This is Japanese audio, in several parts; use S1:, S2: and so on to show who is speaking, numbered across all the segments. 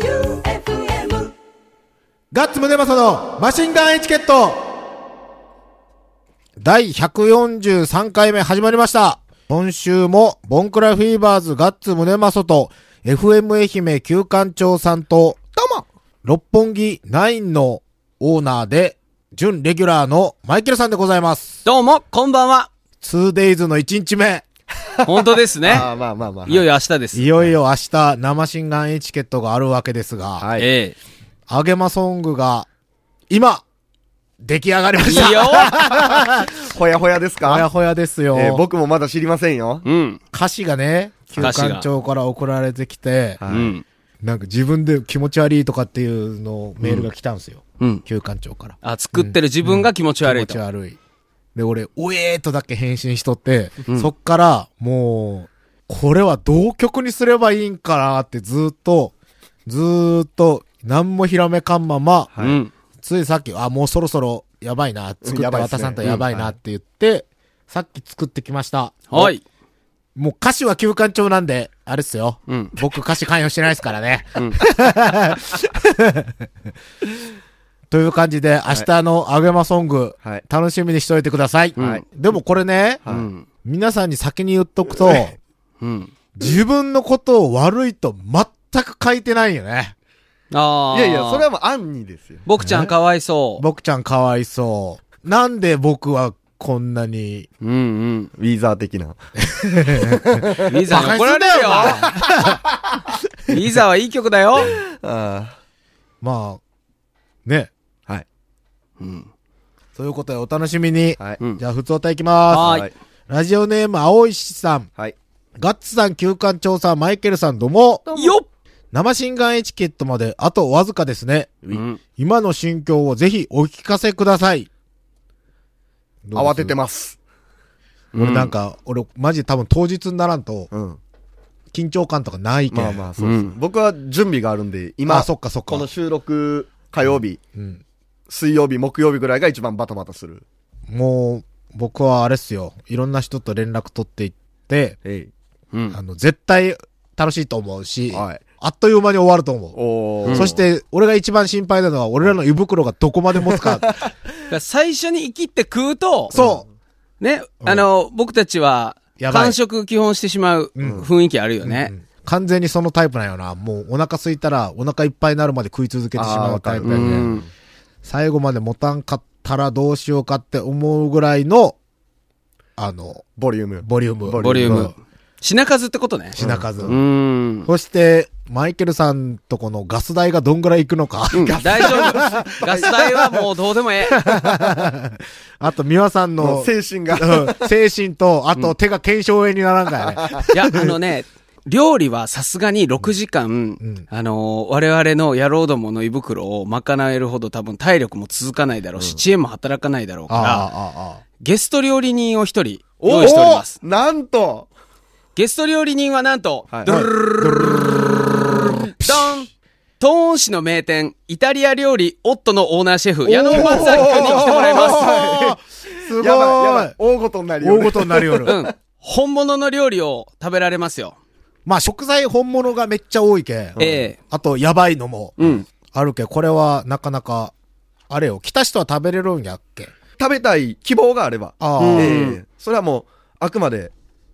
S1: J-O-E-U-F-M
S2: ガッツムネマソのマシンガンエチケット第143回目始まりました今週も、ボンクラフィーバーズガッツムネマソと、FM 愛媛旧館長さんと、どうも六本木ナインのオーナーで、準レギュラーのマイケルさんでございます。
S3: どうも、こんばんは。
S2: 2days の1日目。
S3: 本当ですね。
S4: ああ、まあまあまあ。
S3: いよいよ明日です。
S2: いよいよ明日、生シンガンエチケットがあるわけですが、
S4: はい。
S3: え
S2: アゲマソングが、今、出来上がりま
S3: え。いい
S2: した。
S3: よ。
S4: ほやほやです
S2: ほや
S4: か
S2: ほやですよ。
S4: えー僕もまだ知りませんよ。
S3: うん。
S2: 歌詞がね、旧
S3: 歌詞が
S2: 館長から送られてきて、
S3: う
S4: はい
S3: ん。
S2: なんか自分で気持ち悪いとかっていうのをメールが来たんですよ。
S3: うん。
S2: 旧館長から。
S3: あ、作ってる自分が気持ち悪い
S2: 気持ち
S3: と。
S2: 悪い。で、俺、おえーとだけ返信しとって、そっから、もう、これは同曲にすればいいんかなってずーっと、ずーっと、何もひらめかんまま、
S3: う
S4: い
S3: ん。
S2: ついさっき、あ、もうそろそろ、やばいな、作って
S4: やばいっすね
S2: 渡さんとやばいなって言って、さっき作ってきました。
S3: はい。
S2: もう歌詞は休館長なんで、あれっすよ。
S3: うん。
S2: 僕歌詞関与してないですからね。 という感じで、明日のアゲマソング、
S4: はい。
S2: 楽しみにしておいてください。
S4: はい
S2: でもこれね、
S3: う
S4: はい
S3: ん。
S2: 皆さんに先に言っとくと、
S3: うん。
S2: 自分のことを悪いと全く書いてないよね。
S3: ああ。
S4: いやいや、それはもう暗にですよ。
S3: 僕ちゃんかわいそ
S2: 僕ちゃんかわいそう。なんで僕はこんなに。
S3: う。うんうん。
S4: ウィザー的な。
S3: ウィザーに怒られるよ。 ウィザーはいい曲だよ。
S4: あ
S2: まあ、ね。
S4: あ。はい。
S3: うん。
S2: ということでお楽しみに。
S4: はい。
S3: うん
S2: じゃあ、普通歌いきま
S3: は
S2: す。
S3: い。
S2: ラジオネーム、青石さん。
S4: はい。
S2: ガッツさん、旧館長さん、マイケルさん、どうも。
S3: よ
S2: 生新眼エチケットまであとわずかですね。
S3: っうん。
S2: 今の心境をぜひお聞かせください。
S4: 慌てて
S2: ま
S4: ます。
S2: す。俺なんか、俺、マジで多分当日にならんと、
S4: うん。
S2: 緊張感とかないけん。
S4: まあまあ、そう
S3: う
S4: です
S3: ん
S4: 僕は準備があるんで、
S2: まあ
S4: 今、
S2: そっかそっか
S4: この。収録、火曜日、
S2: うん。
S4: 水曜日、木曜日ぐらいが一番バタバタする。
S2: もう、僕はあれっすよ。いろんな人と連絡取っていって、
S4: え
S3: うん
S2: あ。の、絶対楽しいと思うし、
S4: え。はい。
S2: あっという間に終わると思う。
S4: おー。
S2: そし、て、俺が一番心配なのは、俺らの胃袋がどこまで持つ か。
S3: だから最初に生きって食うと、
S2: そ
S3: ね、あの、僕たちは、
S2: やばい
S3: 完食基本してしまう雰囲気あるよ
S2: う、
S3: ね
S2: う。ん完全にそのタイプなんよな。もうお腹空いたらお腹いっぱいになるまで食い続けてしま
S4: あー
S2: う
S4: わか
S2: タイ
S4: る
S2: プだよね。
S3: うん
S2: 最後まで持たんかったらどうしようかって思うぐらいの、あの、
S4: ボリューム。
S2: ボリューム。
S3: ボリュー
S2: う
S3: ム
S2: ん。。
S3: 品数ってことね。
S2: 品数。
S3: うん。
S2: そして、マイケルさんとこのガス代がどんぐらいいくのか。
S3: うん大丈夫。ガス代はもうどうでもええ。
S2: あと、美和さんの、
S4: の精神が。
S2: うん精神と、あと手が検証炎にならんかやね。
S3: いや、あのね、料理はさすがに6時間、
S2: うん
S3: あのー我々の野郎どもの胃袋を賄えるほど多分体力も続かないだろうし、知恵も働かないだろう
S2: ああ、
S3: から、
S2: ああ、あ
S3: ゲスト料理人を一人用意しております。
S4: おーなんと
S3: ゲスト料理人はなんと、
S4: はい
S3: ドゥルルルルルルルルルドントーン市の名店、イタリア料理、オットのオーナーシェフ、矢野万崎君に来てもらいます。
S2: あ。すごい。
S4: やばい、やばい。大ごとになりよ
S2: 大ごとになるよる。
S3: うん。本物の料理を食べられますよ。
S2: まあ食材本物がめっちゃ多いけ。
S3: ええ
S2: あと、やばいのも
S3: うん。
S2: あるけ。これはなかなか、あれよ、来た人は食べれるんやっけ。
S4: 食べたい希望があれば。
S2: ああ、
S3: うん
S4: ええ。それはもう、あくまで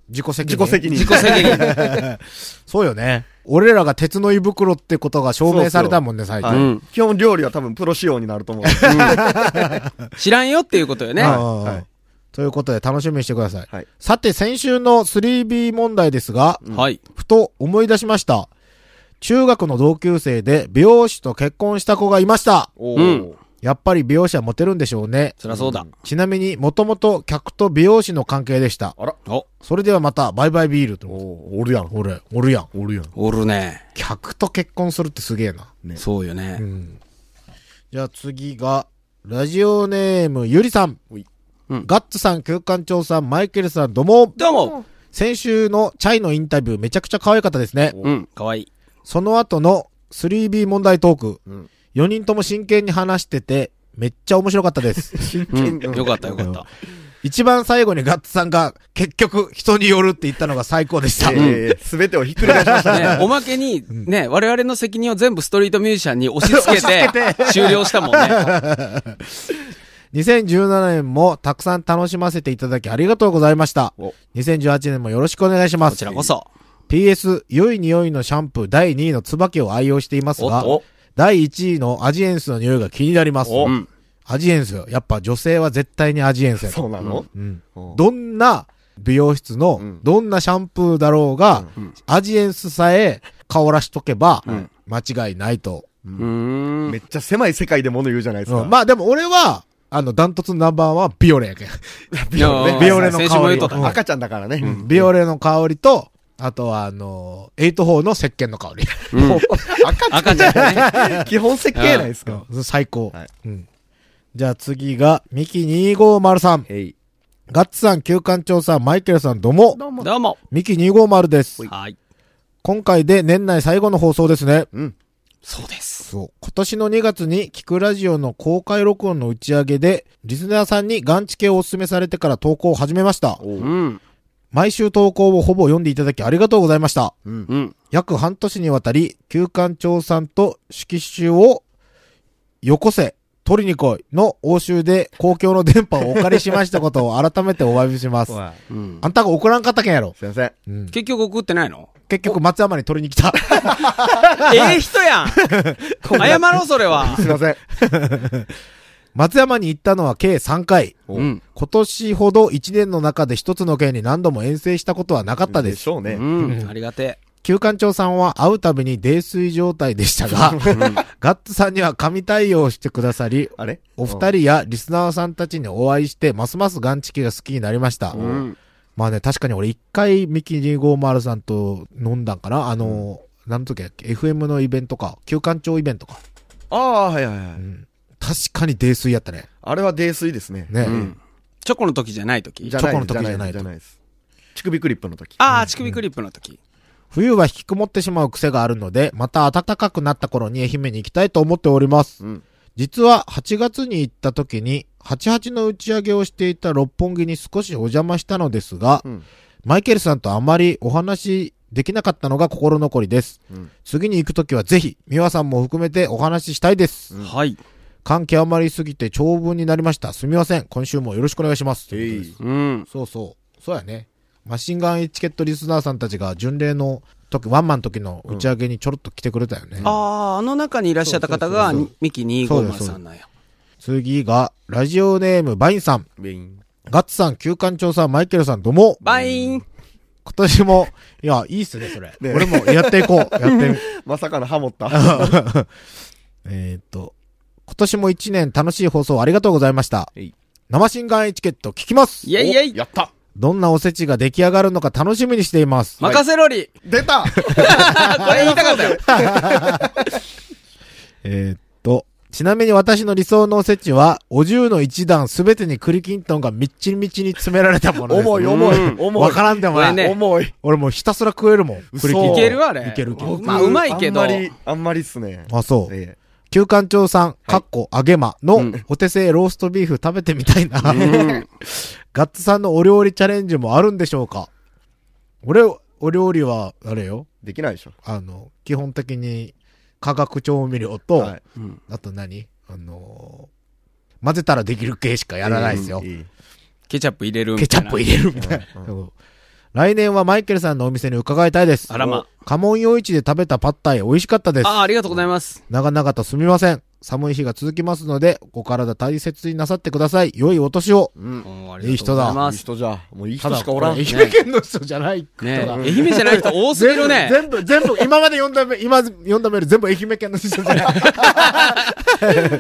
S2: 自己責
S4: 自
S2: 任。
S4: 己責任。
S3: 自己責任。
S2: そうよね。俺らが鉄の胃袋ってことが証明されたもんね、最近。
S4: はい
S3: うん
S4: 基本料理は多分プロ仕様になると思う。
S3: 知らんよっていうことよね。
S2: ああ
S4: はい
S2: ということで楽しみにしてください。
S4: はい
S2: さて、先週の 3B 問題ですが、
S3: はい。
S2: ふと思い出しました。中学の同級生で美容師と結婚した子がいました。
S4: お
S3: ー
S4: ー
S2: やっぱり美容師はモテるんでしょうね。
S3: そりゃそうだ。
S2: ちなみに、もともと客と美容師の関係でした。
S3: お、
S2: それではまた、バイバイビールと。
S4: おるやん。
S2: おる、おるやん。
S4: おるやん。
S3: おるね。
S2: 客と結婚するってすげえな。
S4: ね
S3: そうよね。
S2: じゃあ次が、ラジオネーム、ゆりさん。
S4: おい
S3: うん
S2: ガッツさん、空間長さん、マイケルさん、どうも。
S3: どうも。
S2: 先週のチャイのインタビュー、めちゃくちゃ可愛かったですね。
S3: うん。かわいい。
S2: その後の 3B 問題トーク。
S4: うん
S2: 4人とも真剣に話してて、めっちゃ面白かったです。
S3: うん。よかったよかっ
S2: うん
S3: た。
S2: 一番最後にガッツさんが、結局、人によるって言ったのが最高でした。
S4: すべてをひっくり返しましたね。
S3: ね、おまけに、ね、我々の責任を全部ストリートミュージシャンに押し付けて、終了したもんね。
S2: 2017年もたくさん楽しませていただきありがとうございました
S4: お。
S2: 2018年もよろしくお願いしま
S3: こ
S2: す。
S3: ちらこそ。
S2: PS、良い匂いのシャンプー第2位の椿を愛用していますが
S3: おっと、
S2: 第1位のアジエンスの匂いが気になります。
S4: お
S3: うん。
S2: アジエンスよ。やっぱ女性は絶対にアジエンスやと
S4: そうなの
S2: うん
S4: お
S2: どんな美容室の
S4: ん、
S2: どんなシャンプーだろうが、アジエンスさえ香らしとけば、間違いないと。
S3: うん。
S4: めっちゃ狭い世界で物言うじゃないですか。
S2: うんまあでも俺は、あの、ダントツナンバーワンはビオレやけん。
S3: ビオレね
S2: ビオレの
S3: 先週も
S2: 香
S3: 言
S2: り
S3: うとった。
S4: 赤ちゃんだからね。
S2: ビオレの香りと、あとはあの、エイトホーの石鹸の香り。
S3: 赤ちゃん ね。
S4: 基本設計ないですか。
S2: うん最高。
S4: はい
S2: うん。じゃあ次が、ミキ250さん。
S4: へい。
S2: ガッツさん、旧館長さん、マイケルさん、どうも。
S4: どうも。
S3: どうも。
S2: ミキ250です。
S3: はい。
S2: 今回で年内最後の放送ですね。
S3: そうです。
S2: そう。今年の2月に、キクラジオの公開録音の打ち上げで、リスナーさんにガンチ系をお勧めされてから投稿を始めました。
S3: うん。
S2: 毎週投稿をほぼ読んでいただきありがとうございました。
S3: うん。
S2: 約半年にわたり、旧館長さんと色紙を、よこせ、取りに来いの応酬で公共の電波をお借りしましたことを改めてお詫びし ます。あ
S3: うん。
S2: んたが送らんかったけんやろ。
S4: すいません。
S2: うん、
S3: 結局送ってないの
S2: 結局松山に取りに来た。
S3: ええ人 やん謝ろう、それは
S4: す。いません。
S2: 松山に行ったのは計3回。
S3: うん。
S2: 今年ほど1年の中で一つの県に何度も遠征したことはなかったで。
S4: ですしょうね
S3: う。ん。ありがて
S2: 旧館長さんは会うたびに泥酔状態でしたが、ガッツさんには神対応してくださり、
S4: あれ
S2: お二人やリスナーさんたちにお会いして、ますますガンチキが好きになりました。
S3: え。うん。
S2: まあね、確かに俺一回ミキ250さんと飲んだんかなあの、何の時だっけ ?FM のイベントか、旧館長イベントか。
S4: ああ、はいはいはい。
S2: 確かに泥酔やったね。
S4: あれは泥酔ですね。
S2: ね。
S3: うん。チョコの時じゃない時
S4: じゃな
S2: チ
S4: い
S2: ョコの時じゃない
S4: じゃないです。乳首クリップの時。
S3: ああ、乳首クリップの時。
S2: 冬は引きこもってしまう癖があるので、また暖かくなった頃に愛媛に行きたいと思っております。
S4: うん
S2: 実は8月に行った時に、88の打ち上げをしていた六本木に少しお邪魔したのですが、
S4: うん
S2: マイケルさんとあまりお話できなかったのが心残りです。
S4: うん
S2: 次に行く時はぜひ、美和さんも含めてお話ししたいです。
S3: はい。
S2: 感極まりすぎて長文になりました。すみません。今週もよろしくお願いします。ということです
S3: うん。
S2: そうそう。そうやね。マシンガンエチケットリスナーさんたちが巡礼の時、ワンマンの時の打ち上げにちょろっと来てくれたよね。
S3: ああ、あの中にいらっしゃった方
S2: そう
S3: が
S2: そうそう、
S3: ミキ250さんなんや。
S2: 次が、ラジオネームバインさん、
S4: メイン。
S2: ガッツさん、旧館長さん、マイケルさん、どうも。
S3: バイン
S2: 今年も、いや、いいっすね、それ。俺もやっていこう。やってみ、
S4: まさかのハモ った。
S2: えーっと、今年も一年楽しい放送ありがとうございました
S4: えい。
S2: 生シンガンエチケット聞きます
S3: イェイイェイ
S4: やった
S2: どんなおせちが出来上がるのか楽しみにしています。
S3: 任せろり
S4: 出た
S3: これ言いたかったよ
S2: えーっと、ちなみに私の理想のおせちは、お重の一段すべてに栗きんとんがみっちみちに詰められたものです。
S4: 重い重い
S3: うん
S4: 重い。
S2: わからんでもない。
S3: これね
S4: 重い。
S2: 俺もうひたすら食えるもん。
S4: 嘘
S2: 栗きんとん。
S3: いけるあれ。
S2: いけるいける。
S3: まあ、うまいけど
S4: あん。まり、あんまりっすね。
S2: あ、そう。
S4: え
S2: 旧館長さん、かっこ揚げまの
S3: ん
S2: お手製ローストビーフ食べてみたいな。
S3: うん。
S2: ガッツさんのお料理チャレンジもあるんでしょうか俺、お料理は、あれよ。
S4: えできないでしょ。
S2: あの、基本的に化学調味料と、
S4: はい
S3: うん
S2: あと何あのー混ぜたらできる系しかやらないですよ。
S4: ええ
S3: ケチャップ入れるみ
S2: ケチ
S3: た
S2: ャ
S3: いな。
S2: ップ入れるみたいな。うん来年はマイケルさんのお店に伺いたいです。
S3: あらま。
S2: カモン洋一で食べたパッタイ美味しかったです。
S3: ああ、ありがとうございます。
S2: 長々とすみません。寒い日が続きますので、お体大切になさってください。良いお年を。
S4: うん。
S2: いい人だ
S4: いい
S3: ね
S4: 人じゃ。もういい人しかおらん。
S2: ただこれ愛媛県の人じゃない人
S3: え
S2: だ。
S3: 愛媛じゃない人多すぎるね。
S2: 全部、全部、今まで読んだメ、今読んだメール全部愛媛県の人じゃない。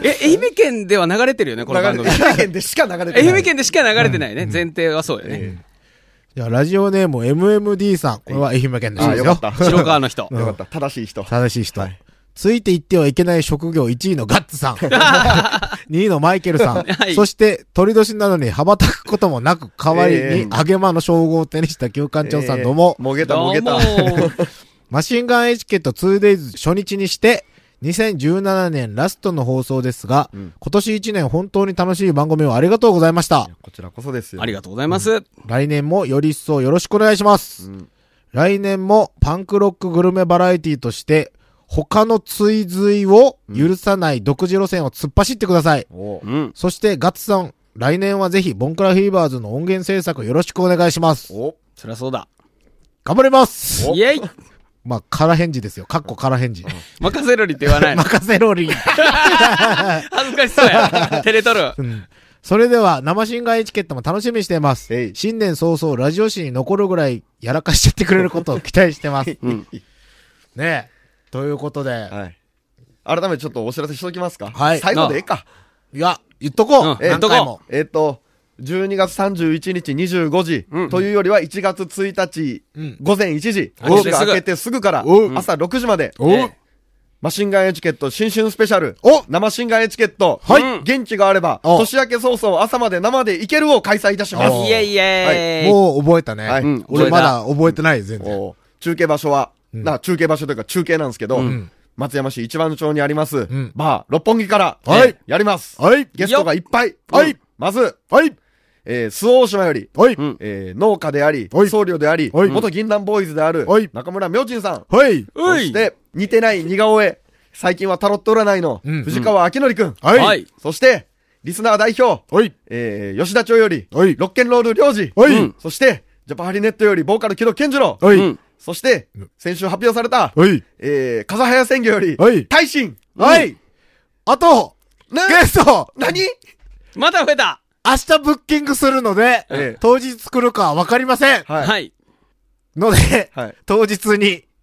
S3: え、愛媛県では流れてるよね、この番
S4: 流
S3: 組
S4: れ。愛媛県でしか流れて
S3: 愛
S4: ない。
S3: 媛県でしか流れてないね。前提はそうよね。
S2: じゃあ、ラジオネーム MMD さん。これは愛媛県の人
S4: あ、
S2: です
S4: よ
S2: よ。
S4: かった。
S3: 白川の 人。
S4: よかった。正しい人。
S2: 正しい人。
S4: はい
S2: ついていってはいけない職業1位のガッツさん。2位のマイケルさん。
S3: はい
S2: そして、鳥年なのに羽ばたくこともなく、代わり
S4: え
S2: に、
S4: え
S2: あげまの称号を手にした旧館長さん
S4: ええ
S2: どうも、
S4: もげた
S3: ど
S4: も
S3: う
S4: げた。
S3: も
S2: マシンガンエチケット 2days 初日にして、 2017年ラストの放送ですが、
S4: うん
S2: 今年1年本当に楽しい番組をありがとうございました。
S4: こちらこそですよ。
S3: ありがとうございます。
S2: 来年もより一層よろしくお願いします。
S4: うん
S2: 来年もパンクロックグルメバラエティとして、他の追随を許さない独自路線を突っ走ってください。
S4: おう
S3: うん。
S2: そしてガッツさん、来年はぜひボンクラフィーバーズの音源制作よろしくお願いします。
S4: お
S3: そりゃそうだ。
S2: 頑張ります
S3: イェイ
S2: まあ、空返事ですよ。かっこ空返事。
S3: 任せろりって言わないの。
S2: 任せろ り。
S3: 恥ずかしそ うや。照れとる。
S2: うんそれでは、生新外エチケットも楽しみにしています
S4: え。い
S2: 新年早々、ラジオ誌に残るぐらいやらかしちゃってくれることを期待してます。
S3: うん。
S2: ねえ。ということで、
S4: はい。改めてちょっとお知らせしときますか。
S2: はい
S4: 最後でええか。
S2: いや、言っとこう、
S3: うん
S2: 何回も。
S4: えっと、12月31日25時、
S3: うん
S4: というよりは1月1日、
S2: うん
S4: 午前1時、
S3: お
S4: 明け明けてすぐから
S2: お、
S4: 朝6時まで、
S2: お
S3: え
S4: マシンガンエチケット新春スペシャル、
S2: お
S4: 生シンガンエチケット、
S2: はい
S4: うん元気があれば、
S2: お
S4: 年明け早々朝まで生でいけるを開催いたします。
S2: お
S3: イェイイェイ。
S2: もう覚えたね。
S4: はい
S3: うん
S2: 俺まだ覚えてない、全然。
S4: お中継場所は、な、中継場所というか中継なんですけど、
S2: ん
S4: 松山市一番町にあります、
S2: ん
S4: バー、六本木から、
S2: はい
S4: ねやります。
S2: はい。
S4: ゲストがいっぱい。
S2: はい
S4: うんまず、
S2: はい。
S4: えー、周防大島より、
S2: はい。
S3: ん
S4: えー、農家であり、
S2: はい
S4: 僧侶であり、
S2: はい
S4: 元銀杏ボーイズである
S2: はい、
S4: 中村明珍さん。
S2: はい。
S4: そ
S3: おい
S4: して、似てない似顔絵。最近はタロット占いの、
S2: うん
S4: 藤川明則くん。
S2: はい。
S3: は
S2: はいい。
S4: そして、リスナー代表、
S2: はい。
S4: えー、吉田町より、
S2: はい
S4: ロッケンロール領事。
S2: はい
S3: うん
S4: そして、ジャパハリネットより、ボーカル木戸健二郎。
S2: は
S3: う
S2: い
S3: ん。。
S4: そして、先週発表された、
S2: はい。
S4: えー、風早鮮魚より、
S2: はい
S4: 大臣。
S2: はい。あと、
S4: な、
S2: ゲスト、
S4: 何
S3: また増えた。
S2: 明日ブッキングするので、
S4: ええ
S2: 当日来るかわかりません。
S4: はい。
S3: はい。
S2: ので、
S4: はい
S2: 当日に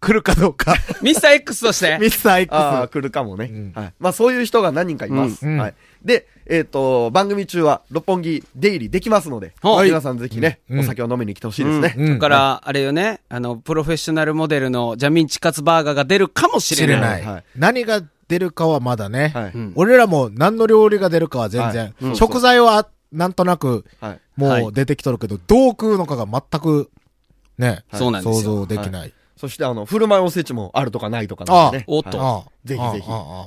S2: 来るかどうか、
S3: ミスター X として。
S2: ミスター X。
S4: ああ、来るかもね、
S2: ん
S4: はい。まあそういう人が何人かいます。
S2: うん
S4: はい。で、えっ、と、番組中は六本木出入りできますので、
S3: はい
S4: 皆さんぜひね、
S2: うん
S4: お酒を飲みに来てほしいですね。
S2: うん
S3: だから、あれよね、あの、プロフェッショナルモデルのジャミンチカツバーガーが出るかもし
S2: 知
S3: れ
S2: れ
S3: な。
S2: ないい、
S4: はい
S2: 何が出るかはまだね、
S4: はい、
S3: ん
S2: 俺らも何の料理が出るかは全然。
S4: はいうん
S2: 食材はなんとなく、
S4: はい。
S3: は
S2: も
S3: いう
S2: 出てきとるけど、どう食うのかが全く、ね、
S3: はいそうなんです
S2: 想
S3: よ
S2: 像できない。
S4: そしてあの、振る舞いおせちもあるとかないとかなんでね。
S3: あおっと
S4: はい
S2: ああ
S4: ぜひぜひ
S2: あああ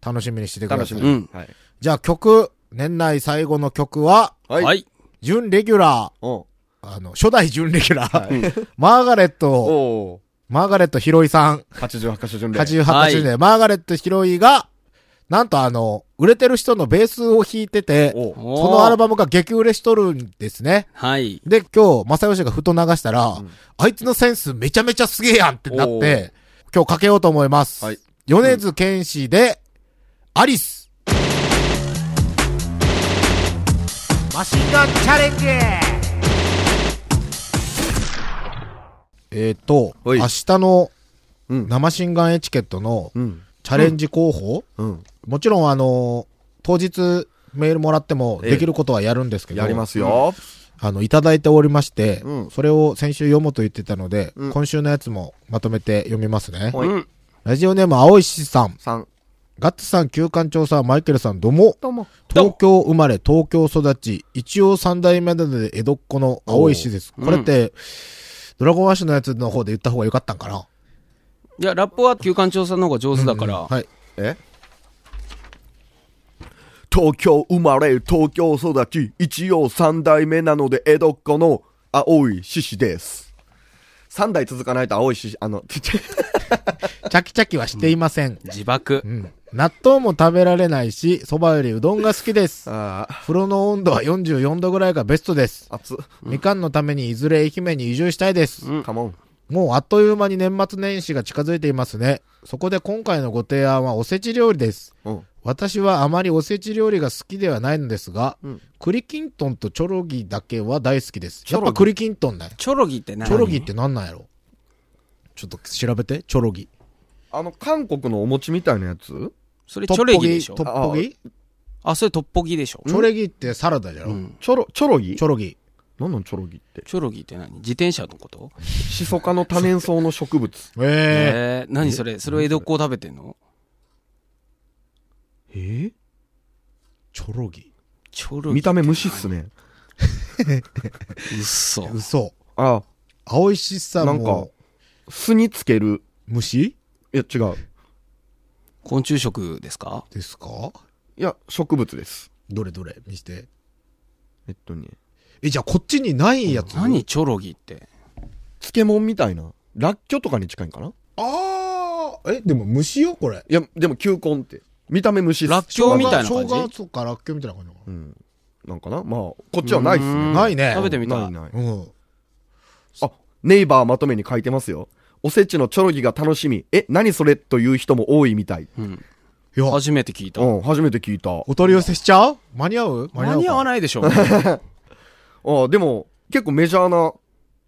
S2: あ楽しみにしててください。
S4: 楽しみ
S3: う
S4: に、
S3: ん
S4: はい。
S2: じゃあ曲、年内最後の曲は、
S4: はい。
S3: はい。
S2: 準レギュラ
S4: おう
S2: ー、あの、初代準レギュラー、
S4: はい
S2: マーガレット、
S4: おう
S2: マーガレットひろいさん、
S4: 88箇所巡礼。
S2: 88回周年、マーガレットひろいが、なんとあの、売れてる人のベースを弾いてて、
S4: おう
S3: おー
S2: そのアルバムが激売れしとるんですね。
S3: はい。
S2: で、今日、正義がふと流したら、あいつのセンスめちゃめちゃすげえやんってなっ
S4: お
S2: て
S4: ー、
S2: 今日かけようと思います。
S4: はい
S2: 米津玄師で、アリス。マシンガンチャレンジえっ、ー、と、
S4: はい
S2: 明日の
S4: うん
S2: 生シンガンエチケットの
S4: うん。
S2: チャレンジ候補、
S4: うん。
S2: もちろんあの当日メールもらっても
S4: ええ
S2: できることはやるんですけど、
S4: やりますよ。
S2: あの、いただいておりまして、
S4: うん
S2: それを先週読むと言ってたので、
S4: うん
S2: 今週のやつもまとめて読みますね。
S4: はい
S3: うん
S2: ラジオネーム、青石さん、
S4: 三。
S2: ガッツさん、旧館長さん、マイケルさん、どうも。
S4: どうも。
S3: どうも
S2: 東京生まれ、東京育ち、一応三代目なので江戸っ子の青石です。
S3: おー
S2: これって、ドラゴンアッシュのやつの方で言った方がよかったんかない
S3: や、ラップは旧館長さんの方が上手だから。
S2: はい。
S4: え東京生まれ、東京育ち、一応三代目なので、江戸っ子の青い獅子です。三代続かないと青い獅子、あの、ちっ ちゃい
S2: チャキチャキはしていません。
S3: 自爆
S2: う。ん。納豆も食べられないし、蕎麦よりうどんが好きです。
S4: ああ、
S2: 風呂の温度は44度ぐらいがベストです。
S4: 熱っ。
S2: みかんのためにいずれ愛媛に移住したいです。
S4: カモン。
S2: もうあっという間に年末年始が近づいていますね。そこで今回のご提案はおせち料理です。
S4: うん。
S2: 私はあまりおせち料理が好きではないのですが、
S4: うん
S2: 栗きんとんとチョロギだけは大好きです。
S4: チ
S2: や
S4: ョ
S2: っ
S4: ロギ
S2: ぱ栗きんとんだよ。
S3: チョロギって何
S2: チョロギってなんなんやろちょっと調べて、チョロギ。
S4: あの、韓国のお餅みたいなやつ
S3: それチ
S2: トッ
S3: ョレ
S2: ポ
S3: ギで
S2: ギ、
S3: し
S2: ト
S3: ょ
S2: ッポギ
S3: あ、それトッポギでしょ
S2: チョレギってサラダじゃろ、
S3: うん
S4: チョロ、チョロギ
S2: チョロギ。
S4: なんなんチョロギって。
S3: チョロギって何自転車のこと
S4: シソ科の多年草の植物。
S2: ええ
S3: えー、何それそれを江戸っ子を食べてんの
S4: えー、
S2: チョロギ。
S3: チョロギ。
S4: 見た目虫っすね。
S3: うっそ。
S2: 嘘。
S4: あ
S2: 青石さん
S4: なんか
S2: も、
S4: あ、酢につける。
S2: 虫
S4: いや、違う。
S3: 昆虫食ですか
S2: ですか
S4: いや、植物です。
S2: どれどれ見して。
S4: えっとね、
S2: え、じゃあこっちにないやつ
S3: 何チョロギって。
S4: 漬物みたいな。ラッキョとかに近いんかな
S2: あー、え、でも虫よ、これ。
S4: いや、でも球根って。見た目虫っす
S3: ラッキョウみたいな感じ
S2: 生姜とからっきょうみたいな感じなのか
S4: うん。なんかなまあ、こっちはないっす
S3: うん
S4: ね。
S2: ないね。
S3: 食べてみた
S4: ない
S3: い。
S4: ない。
S2: うん。
S4: あ、ネイバーまとめに書いてますよ。おせちのチョロギが楽しみ。え、何それという人も多いみたい。
S3: うん。
S2: いや、
S3: 初めて聞いた。
S4: うん、初めて聞いた。
S2: お取り寄せしちゃう間に合う
S3: 間に合わ
S2: い。
S3: ないでしょうね。
S4: ああ、でも、結構メジャーな、っ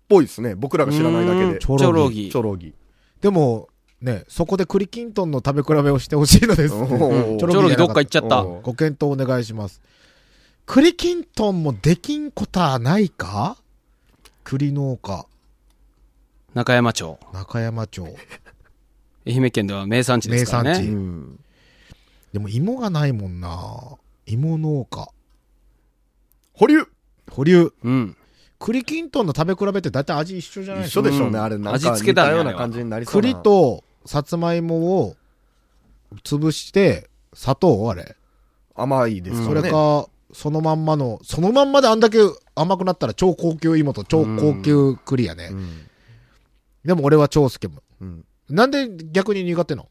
S4: ぽいですね。僕らが知らないだけ
S3: うん
S4: で。
S3: チョロギ
S4: チョロギ。
S2: でも、ね、そこで栗きんとんの食べ比べをしてほしいのです。
S4: おー
S3: うん
S2: チョ
S3: チ
S2: ロギ
S3: ョロギどっか行っちゃった。
S4: う ん
S2: ご検討お願いします。栗きんとんもできんことはないか栗農家、
S3: 中山町。
S2: 中山町、
S3: 愛媛県では名産地です
S2: 名
S3: から
S2: 産
S3: ね。
S2: 地。
S4: うん。
S2: でも芋がないもんな芋農家。
S4: 保留
S2: 保留。
S3: うん。
S2: 栗きんとんの食べ比べって大体味一緒じゃない
S4: 一
S2: です
S4: 緒
S2: か
S4: でしょうね、
S3: うん
S4: あれ。なん
S3: 味
S4: か
S3: 付け
S4: 似
S3: だね
S4: たよう
S3: あ
S4: な
S3: れは
S4: 感じになりそうな。
S2: 栗とさつまいもを潰して、砂糖あれ。
S4: 甘いです
S3: うん
S4: か
S2: そ
S4: ら
S2: れ
S4: ね。
S2: か、そのまんまの、そのまんまであんだけ甘くなったら超高級芋と超高級栗やね。
S4: うん。
S2: でも俺は超好きも。
S4: うん。
S2: なんで逆に苦手なの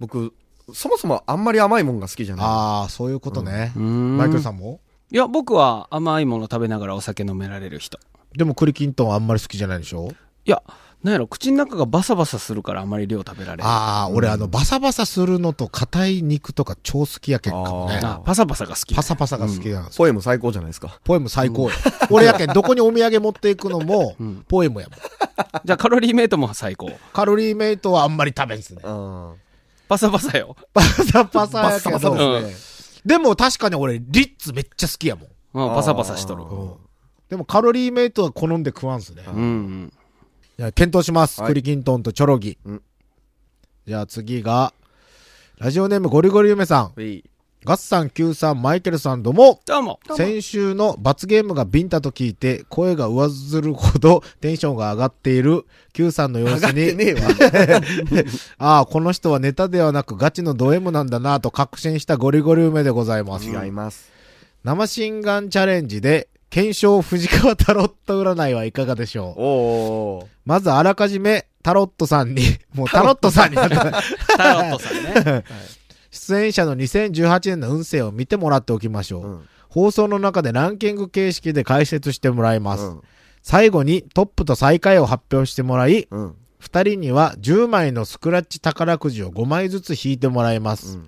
S4: 僕、そもそもあんまり甘いもんが好きじゃな
S2: ああ、そういうことね。
S3: マ
S2: マイケルさんも
S3: いや、僕は甘いもの食べながらお酒飲められる人。
S2: でも栗きんとんはあんまり好きじゃないでしょ
S3: いや、なんやろ、口の中がバサバサするからあまり量食べられない。
S2: ああ、俺あの、バサバサするのと硬い肉とか超好きやけんかもね
S4: あ。
S3: あパサパサが好き。
S2: パサパサが好きなんで
S4: い。
S2: すよ。
S4: ポエム最高じゃないですか。
S2: ポエム最高よ。俺やけん、どこにお土産持っていくのも、ポエムやもん。
S3: じゃあカロリーメイトも最高。
S2: カロリーメイトはあんまり食べんすね。
S4: うん。
S3: パサパサよ。
S2: バサバサ
S4: バ
S2: や
S4: ッサ
S2: け
S4: バサ
S2: ど、
S4: ですね。
S2: でも確かに俺、リッツめっちゃ好きやもん。
S3: うん、パサパサしとる。
S4: あ
S2: でもカロリーメイトは好んで食わんすね。
S3: うんうん。
S2: じゃあ検討します。
S4: はい
S2: 栗きんとんとチョロギ。
S4: うん
S2: じゃあ次が、ラジオネームゴリゴリ夢さん。
S4: はい。
S2: ガッサン、キューさん、マイケルさんどうも。
S3: どうも。
S2: 先週の罰ゲームがビンタと聞いて、声が上ずるほど テンションが上がっている Q さんの様
S4: 上
S2: 子
S4: がって
S2: に、
S4: ねえわ。
S2: ああ、この人はネタではなくガチのド M なんだなぁと確信したゴリゴリ梅でございます。
S4: 違います。
S2: 生心眼チャレンジで、検証藤川タロット占いはいかがでしょう
S4: おー。
S2: まずあらかじめタロットさんに、もうタロットさんになった
S3: タロットさんね。
S2: 出演者の2018年の運勢を見てもらっておきましょう。
S4: うん
S2: 放送の中でランキング形式で解説してもらいます。
S4: うん
S2: 最後にトップと最下位を発表してもらい、
S4: うん。
S2: 2人には10枚のスクラッチ宝くじを5枚ずつ引いてもらいます。
S4: うん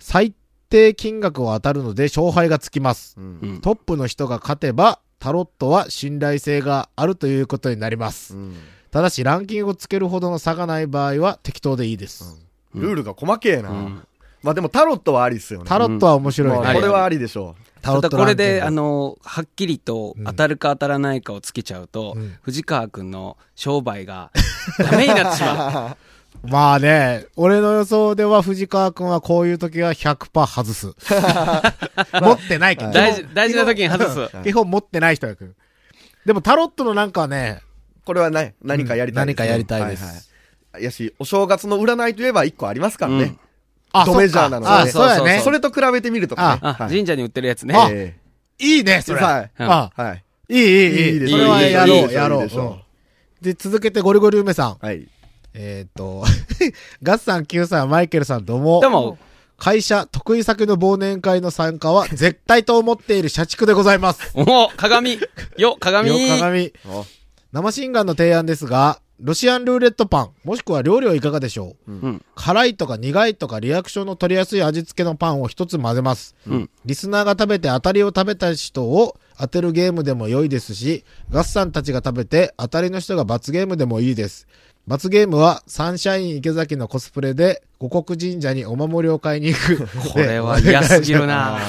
S2: 最低金額を当たるので勝敗がつきます。
S4: うん。
S3: うん
S2: トップの人が勝てば、タロットは信頼性があるということになります。
S4: うん
S2: ただし、ランキングをつけるほどの差がない場合は適当でいいです。
S4: ルールが細けえな。
S3: うん
S4: まあでもタロットはありっすよね。
S2: タロットは面白いね。
S4: まあこれはありでしょ
S2: タロッ
S3: ただ
S2: ト
S3: こ
S2: ラ
S3: れ
S2: ンキング
S3: で、あの、はっきりと当たるか当たらないかをつけちゃうと、
S2: うん
S3: 藤川くんの商売が ダメになってしまう。
S2: まあね、俺の予想では藤川くんはこういう時は100%外 す。 持ってない けど。
S3: 大事、大事な時に外す。
S2: 基本持ってない人やく。でもタロットのなんかはね、
S4: う。これはね、何かやりたい
S2: 何かやりたいです。
S4: はいはいやし、お正月の占いといえば一個ありますからね。
S2: あ
S4: ドメジャーなので
S2: そっかあ、そうやね。
S4: そ
S2: それ、
S4: れと比べてみるとかね。
S3: あ、
S4: はい
S3: 神社に売ってるやつね。
S4: え
S2: いいね、
S4: え
S2: それ。
S4: はい。
S3: うん
S2: あ、
S4: はい。
S2: いい、いい、いい。
S4: いいです
S2: それはい
S3: い
S2: や
S3: い
S2: ろ、
S3: いう
S4: い
S2: やろう。
S4: いいでしょ
S2: う
S4: う
S2: んで、続けてゴリゴリ梅さん。
S4: はい。
S2: えっと、 ガッサン、キューさん、マイケルさん、どうも。
S3: でも、
S2: 会社、得意先の忘年会の参加は、絶対と思っている社畜でございます。
S3: おお鏡よ、鏡
S2: よ鏡。
S4: お
S2: 生心眼の提案ですが、ロシアンルーレットパン、もしくは料理はいかがでしょう、
S3: ん
S2: 辛いとか苦いとかリアクションの取りやすい味付けのパンを一つ混ぜます、
S3: ん
S2: リスナーが食べて当たりを食べた人を当てるゲームでも良いですし、ガッサンたちが食べて当たりの人が罰ゲームでもいいです。罰ゲームはサンシャイン池崎のコスプレで五国神社にお守りを買いに行く。
S3: これは嫌すぎるな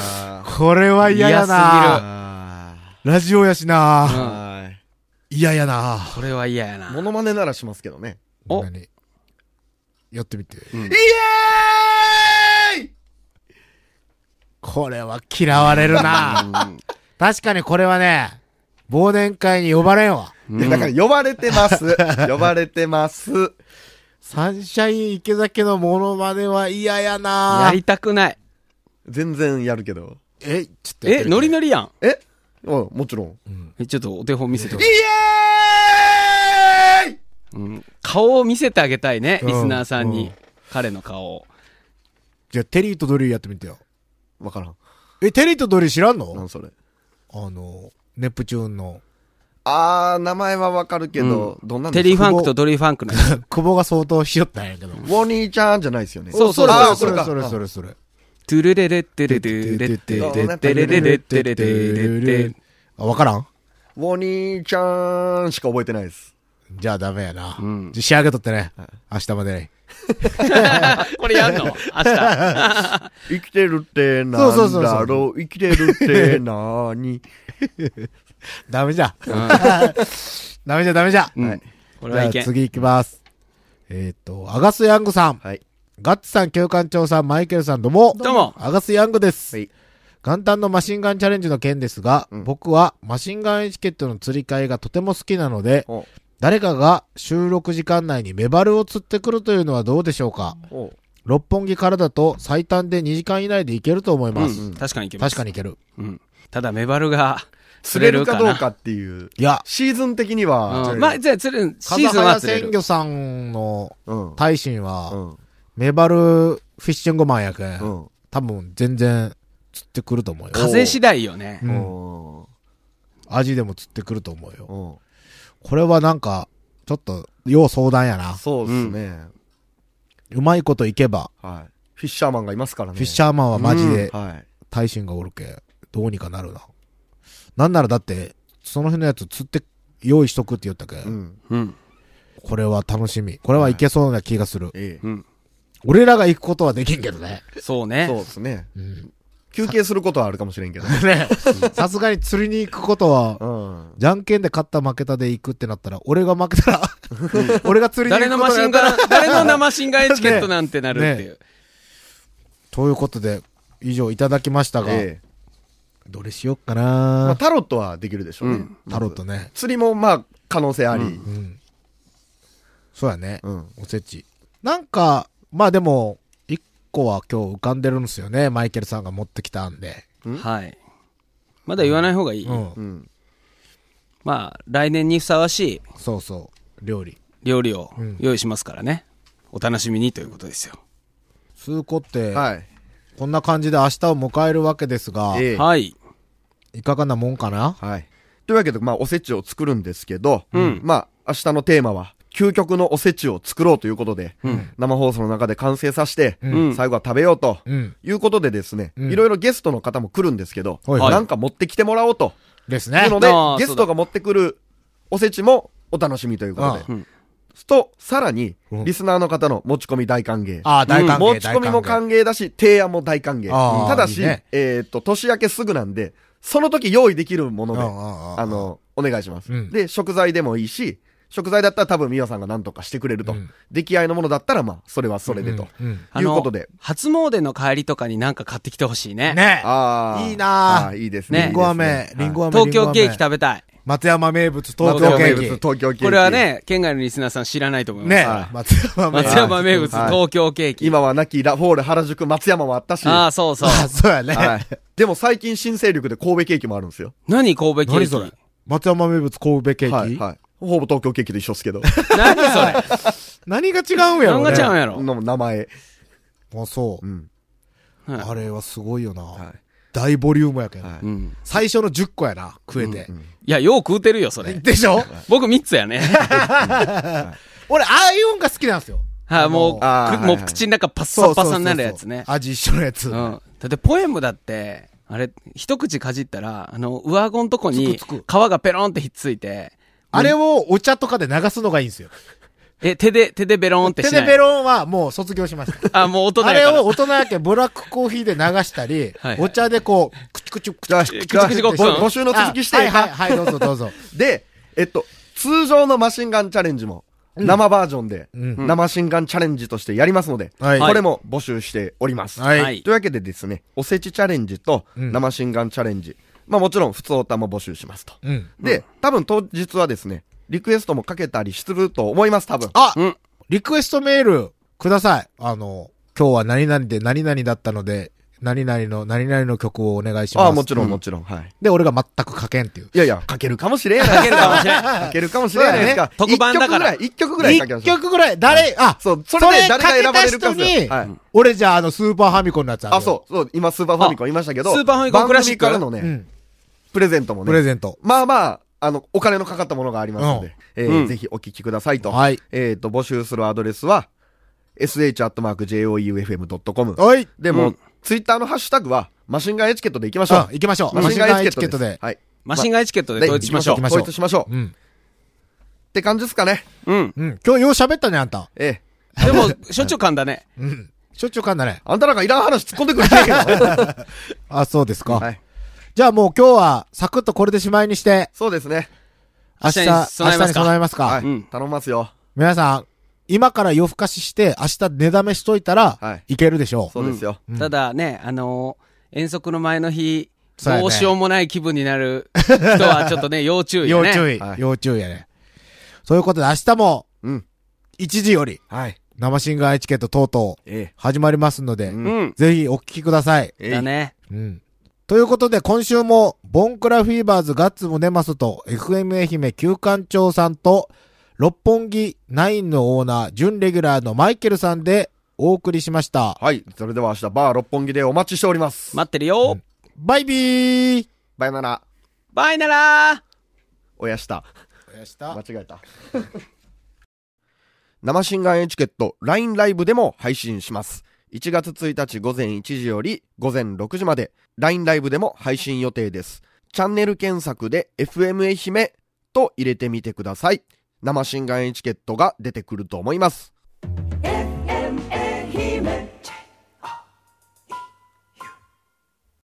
S2: これは嫌やな
S3: 嫌
S4: あ
S2: ラジオやし
S4: ー
S2: な
S4: はい。
S2: 嫌やな
S3: これは嫌やな。
S4: モノマネならしますけどね。
S3: お
S2: 何やってみて。
S4: イエーイ
S2: これは嫌われるな。確かにこれはね、忘年会に呼ばれんわ。
S4: いやだから呼ばれてます。呼ばれてます。
S2: サンシャイン池崎のモノマネは嫌や
S3: や
S2: な
S3: りたくない。
S4: 全然やるけど。
S2: え、ちょっとやってみ
S3: え、
S2: て
S3: ノリノリやん。
S4: えあもちろん。
S3: えちょっとお手本見せてほ
S4: イ
S3: しい。
S4: エーイ
S3: うん顔を見せてあげたいね、
S2: うん
S3: リスナーさん
S2: う
S3: に
S2: ん。
S3: 彼の顔を。
S2: じゃあ、テリーとドリーやってみてよ。
S4: わからん。
S2: え、テリーとドリー知らんの
S4: 何それ。
S2: あの、ネプチューンの。
S4: あー、名前はわかるけど、どんなんで
S3: テ
S4: すか
S3: リーファンクとドリーファンクの。
S2: 久保が相当しよったんやけど。
S4: ウォニーちゃんじゃないですよね。
S3: そうそう
S4: あ
S2: そ
S4: ーそれ
S2: れ
S4: か。
S2: それそれそれ。
S3: トゥルレレッテレトゥレッテレッテレレレッテレテレレレ
S2: あ、わからん
S4: ウォニーちゃんしか覚えてないです。
S2: じゃあダメやな。
S3: ん
S2: じゃあ仕上げとってね。明日までに。
S3: これやんの明日。
S4: 生きてるってなんだろ
S2: そううそうそうそう
S4: 生きてるってなーに。
S2: ダメじゃ。 ダメじゃダメじゃ。
S3: うんこれ
S2: じ
S3: は
S2: ゃ
S3: い
S2: あ
S3: けん。
S2: 次行きます。えっと、アガス・ヤングさん。
S4: はい。
S2: ガッツさん、旧館長さん、マイケルさん、どうも。
S3: どうも
S2: アガス・ヤングです。
S4: はい
S2: 元旦のマシンガンチャレンジの件ですが、
S4: うん
S2: 僕はマシンガンエチケットの釣り替えがとても好きなので、
S4: お
S2: 誰かが収録時間内にメバルを釣ってくるというのはどうでしょうか。
S4: お
S2: 六本木からだと最短で2時間以内で行けると思いうます。
S3: ん確かにいけま
S2: 確
S3: す。
S2: かに行ける。
S3: うんただ、メバルが釣
S4: 釣
S3: れ
S4: れ
S3: る
S4: るか
S3: か
S4: どう
S3: な。
S4: かっていう。
S2: いや、
S4: シーズン的には、
S3: うんまあ、じゃあ釣れる、シーズンは釣れ
S2: 鮮
S3: る。
S2: 魚さんの
S4: うん。
S2: 大臣は、
S4: うん。
S2: メバルフィッシングマンやけん、
S4: うん。
S2: 多分全然釣ってくると思うよ。
S3: 風次第よね
S2: う。ん、
S4: お
S2: アジでも釣ってくると思うよ。
S4: ー
S2: これはなんか、ちょっと、要相談やな。
S4: そうですね。
S2: うまいこといけば、
S4: はい。フィッシャーマンがいますからね。
S2: フィッシャーマンはマジで
S4: うんはい。
S2: 大臣がおるけん、どうにかなるな。なんならだって、その辺のやつ釣って用意しとくって言ったけ、、
S4: うんん。
S3: うん。
S2: これは楽しみ。これはいけそうな気がする。
S4: え
S3: うん。
S2: 俺らが行くことはできんけど ね。
S3: そうね
S4: え。そう。ですね。
S2: うん。
S4: 休憩することはあるかもしれ んけど。
S2: ねさすがに釣りに行くことは、
S4: うん。
S2: じゃんけんで勝った負けたで行くってなったら、俺が負けたら、俺が釣りに
S3: 誰
S2: 行
S3: の
S2: くこ
S3: マ
S2: と
S3: シ
S2: や
S3: ン
S2: った
S3: ガ
S2: ら。
S3: ン、誰の生シンガンエチケットなんてなるっていう。
S2: ということで、以上いただきましたが、
S4: ええ。
S2: どれしよっか
S4: まあ、
S2: な、
S4: タロットはできるでしょうね。
S3: うん
S2: タロットね。
S4: 釣りもまあ可能性あり。
S2: う。
S4: うん
S2: そうやね、
S4: ん。
S2: おせち。なんか、まあでも、一個は今日浮かんでるんですよね。マイケルさんが持ってきたんで。
S4: うん
S3: はい。まだ言わない方がいい。
S2: うん。
S4: うん。
S3: まあ、来年にふさわしい
S2: そうそう。料理。
S3: 料理を
S2: うん
S3: 用意しますからね。お楽しみにということですよ。
S2: 通行って、
S4: はい。
S2: こんな感じで明日を迎えるわけですが、
S4: ええ。
S3: はい。
S2: いかがなもんかな
S4: はい。というわけで、まあ、おせちを作るんですけど、まあ、明日のテーマは、究極のおせちを作ろうということで、生放送の中で完成させて、
S3: うん
S4: 最後は食べようと、
S2: うん。
S4: いうことでですね、
S2: うん
S4: いろいろゲストの方も来るんですけど、
S2: はい
S3: はい
S4: なんか持ってきてもらおうと。
S2: です
S4: い
S2: ね
S4: う。ので
S3: あー、
S4: ゲストが持ってくるおせちもお楽しみということで
S2: あ。
S3: あうん
S4: と、さらに
S2: う、ん
S4: リスナーの方の持ち込み大歓迎。
S2: ああ、大歓迎、
S4: 持ち込みも
S2: 大
S4: 歓迎だし、提案も大歓
S2: あ
S4: 迎。
S2: ー
S4: ただし、
S2: いいね
S4: えっ、と、年明けすぐなんで、その時用意できるもので、
S2: うんうんうん
S4: あの、お願いします、
S2: うん
S4: で、食材でもいいし、食材だったら多分ミワさんが何とかしてくれると。
S2: うん
S4: 出来合いのものだったら、まあ、それはそれでと。
S2: うんうん
S3: あの
S4: いうことで
S3: 初�詣の帰りとかになんか買ってきてほしいね。
S2: ねえ。
S4: ああ。
S2: いいなあ
S4: あーいいです
S3: ね
S4: ね。
S2: リンゴ飴、リンゴ飴。
S3: 東京ケーキ
S2: リンゴ飴
S3: 食べたい。
S2: 松山名物、東京
S4: 東京
S2: ケ
S4: 名
S2: ー
S4: 物、
S2: キ。
S4: 東京ケーキ。
S3: これは、ね、県外のリスナーさん知らないと思います。
S2: ね
S4: はい
S2: 松山名物。
S3: 松山名物、
S4: はい
S3: 東京ケーキ。
S4: 今は亡きラフォール原宿松山もあったし、
S3: ああ、そう そう。
S2: あ、 そうやね。
S4: はい。でも最近新勢力で神戸ケーキもあるんですよ。
S3: 何神戸ケーキ
S2: 何それ松山名物、神戸ケ
S4: は
S2: ー
S4: い、
S2: キ
S4: はい。ほぼ東京ケーキと一緒ですけど。
S3: 何それ
S2: 何が違うんやろ
S3: 何
S2: ね
S3: がちゃうんやろ、
S4: の名前。
S2: あ、そう
S4: う。ん。
S3: はい
S2: あれはすごいよな
S4: は。
S2: 大ボリュームやけん
S4: は。い
S3: うん。
S2: 最初の10個やな、食えて
S4: うん。
S3: いや、よう食うてるよ、それ。
S2: でしょ
S3: 僕3つやね。
S2: 俺、ああいう音が好きなんですよ。
S3: はい、もう、
S4: あー
S3: くもう
S4: はいはい
S3: 口の中パッサパサになるやつね。
S2: 味一緒のやつ。
S3: うん。だって、ポエムだって、あれ、一口かじったら、あの、上顎のとこに、皮
S2: つくつく
S3: がペロンってひっついて、
S2: あれをお茶とかで流すのがいいんですよ。
S3: え、手で、手でベロンって
S2: テ
S3: しな
S2: レ
S3: い。
S2: ベロンはもう卒業しました。
S3: あ、もう大人
S2: あ
S3: や
S2: れ
S3: から。
S2: を大人やけんブラックコーヒーで流したり
S3: はいはい、
S2: お茶でこう、くちくちくち
S4: じゃあ、
S3: 口々ごっこ
S4: ぼ募集の続きしていい
S2: あ
S4: か
S2: はいはいはい、どうぞどうぞ。
S4: で、えっと、通常のマシンガンチャレンジも、生バージョンで、
S2: うん
S4: 生シンガンチャレンジとしてやりますので、
S2: はい
S4: これも募集しております。
S2: はい
S3: はい
S4: というわけでですね、おせちチャレンジと、
S2: うん
S4: 生シンガンチャレンジ、まあもちろん、普通歌も募集しますと。
S2: うん。
S4: で、多分当日はですね、リクエストもかけたりすると思います、多分。
S2: あ
S3: うん
S2: リクエストメールください。あの、今日は何々で何々だったので、何々の何々の曲をお願いします。
S4: ああ、もちろ、
S2: うん
S4: もちろん。はい。
S2: で、俺が全く書けんっていう。
S4: いやいや、書けるかもしれんやない
S3: か
S4: で
S3: け
S4: す
S3: るかもしれ ん。
S4: 書ける かもしれんやないですか。
S3: そうだね特番だから
S4: 1曲ぐらい、1曲ぐらい書けま
S2: 一
S4: しょう。
S2: 曲ぐらい、誰、あ、
S4: そう、それで誰が選ばれるか
S2: それ書けた
S4: は
S2: 人
S4: い
S2: に、俺じゃああの、スーパーファミコンのやつある。
S4: あ、そう、そう、今スーパーファミコンいましたけど、
S3: あスーパーファミコンクラシック
S4: 番組からの
S2: う
S4: ね、
S2: ん。
S4: プレゼントもね。
S2: プレゼント。
S4: まあまあ、あの、お金のかかったものがありますので、えー
S3: うん
S4: ぜひお聞きくださいと。
S2: はい
S4: えっ、と、募集するアドレスは、sh.joeufm.com。
S2: おい
S4: でも、ツイッターのハッシュタグは、マシンガンエチケットでいきましょう
S2: うん。行きましょう
S4: マシンガンエチケット
S2: マシンガンエチケットで
S4: で。はい。
S3: マシンガンエチケットで統一しましょう
S2: 行き。ましょう
S4: 統一しましょう。っ
S2: うん。
S4: て感じですかね。
S3: うん。
S2: うん。今日よう喋ったね、あんた。
S4: ええ。
S3: でも、しょっちゅう噛んだね。
S2: うん。しょっちゅうかんだね。
S4: あんたなんかいらん話突っ込んでくれてんけど。
S2: あ、そうですか。
S4: はい。
S2: じゃあもう今日は、サクッとこれでしまいにして、
S4: そうですね。
S2: 明日、
S3: 明日に
S2: 明
S3: 備
S2: 日
S3: えますか
S2: に備えます
S4: は
S2: か
S4: い。。
S3: うん
S4: 頼みますよ。
S2: 皆さん、今から夜更かしして、明日寝だめしといた
S4: は
S2: ら、
S4: い
S2: いけるでしょう。
S4: そうですよ。
S3: ただね、あのー遠足の前の日、
S2: そうやね
S3: どうしようもない気分になる人はちょっとね、要注意だ
S2: 要
S3: ね。
S2: 注意
S4: は。い
S2: 要注意やね。そういうことで明日も、
S4: うん。
S2: 1時より、
S4: はい。
S2: 生シンガーエチケット等々、
S4: え
S2: 始まりますので、
S4: うん
S3: うん。
S2: ぜひお聞きください。
S4: え。
S3: だね。
S2: うん。ということで、今週も、ボンクラフィーバーズガッツムネマソと、FM 愛媛旧館長さんと、六本木ナインのオーナー、準レギュラーのマイケルさんで、お送りしました。
S4: はい。それでは明日、バー六本木でお待ちしております。
S3: 待ってるよ。
S2: バイビー
S4: バイナナ、
S3: バイならー
S4: おやした。
S2: おやし
S4: 間
S2: た
S4: 違えた。 生新眼エチケット LINE ライブでも配信します。1月1日午前1時より午前6時まで LINE ライブでも配信予定です。チャンネル検索で FM 愛媛と入れてみてください。生新眼エチケットが出てくると思います。
S1: FM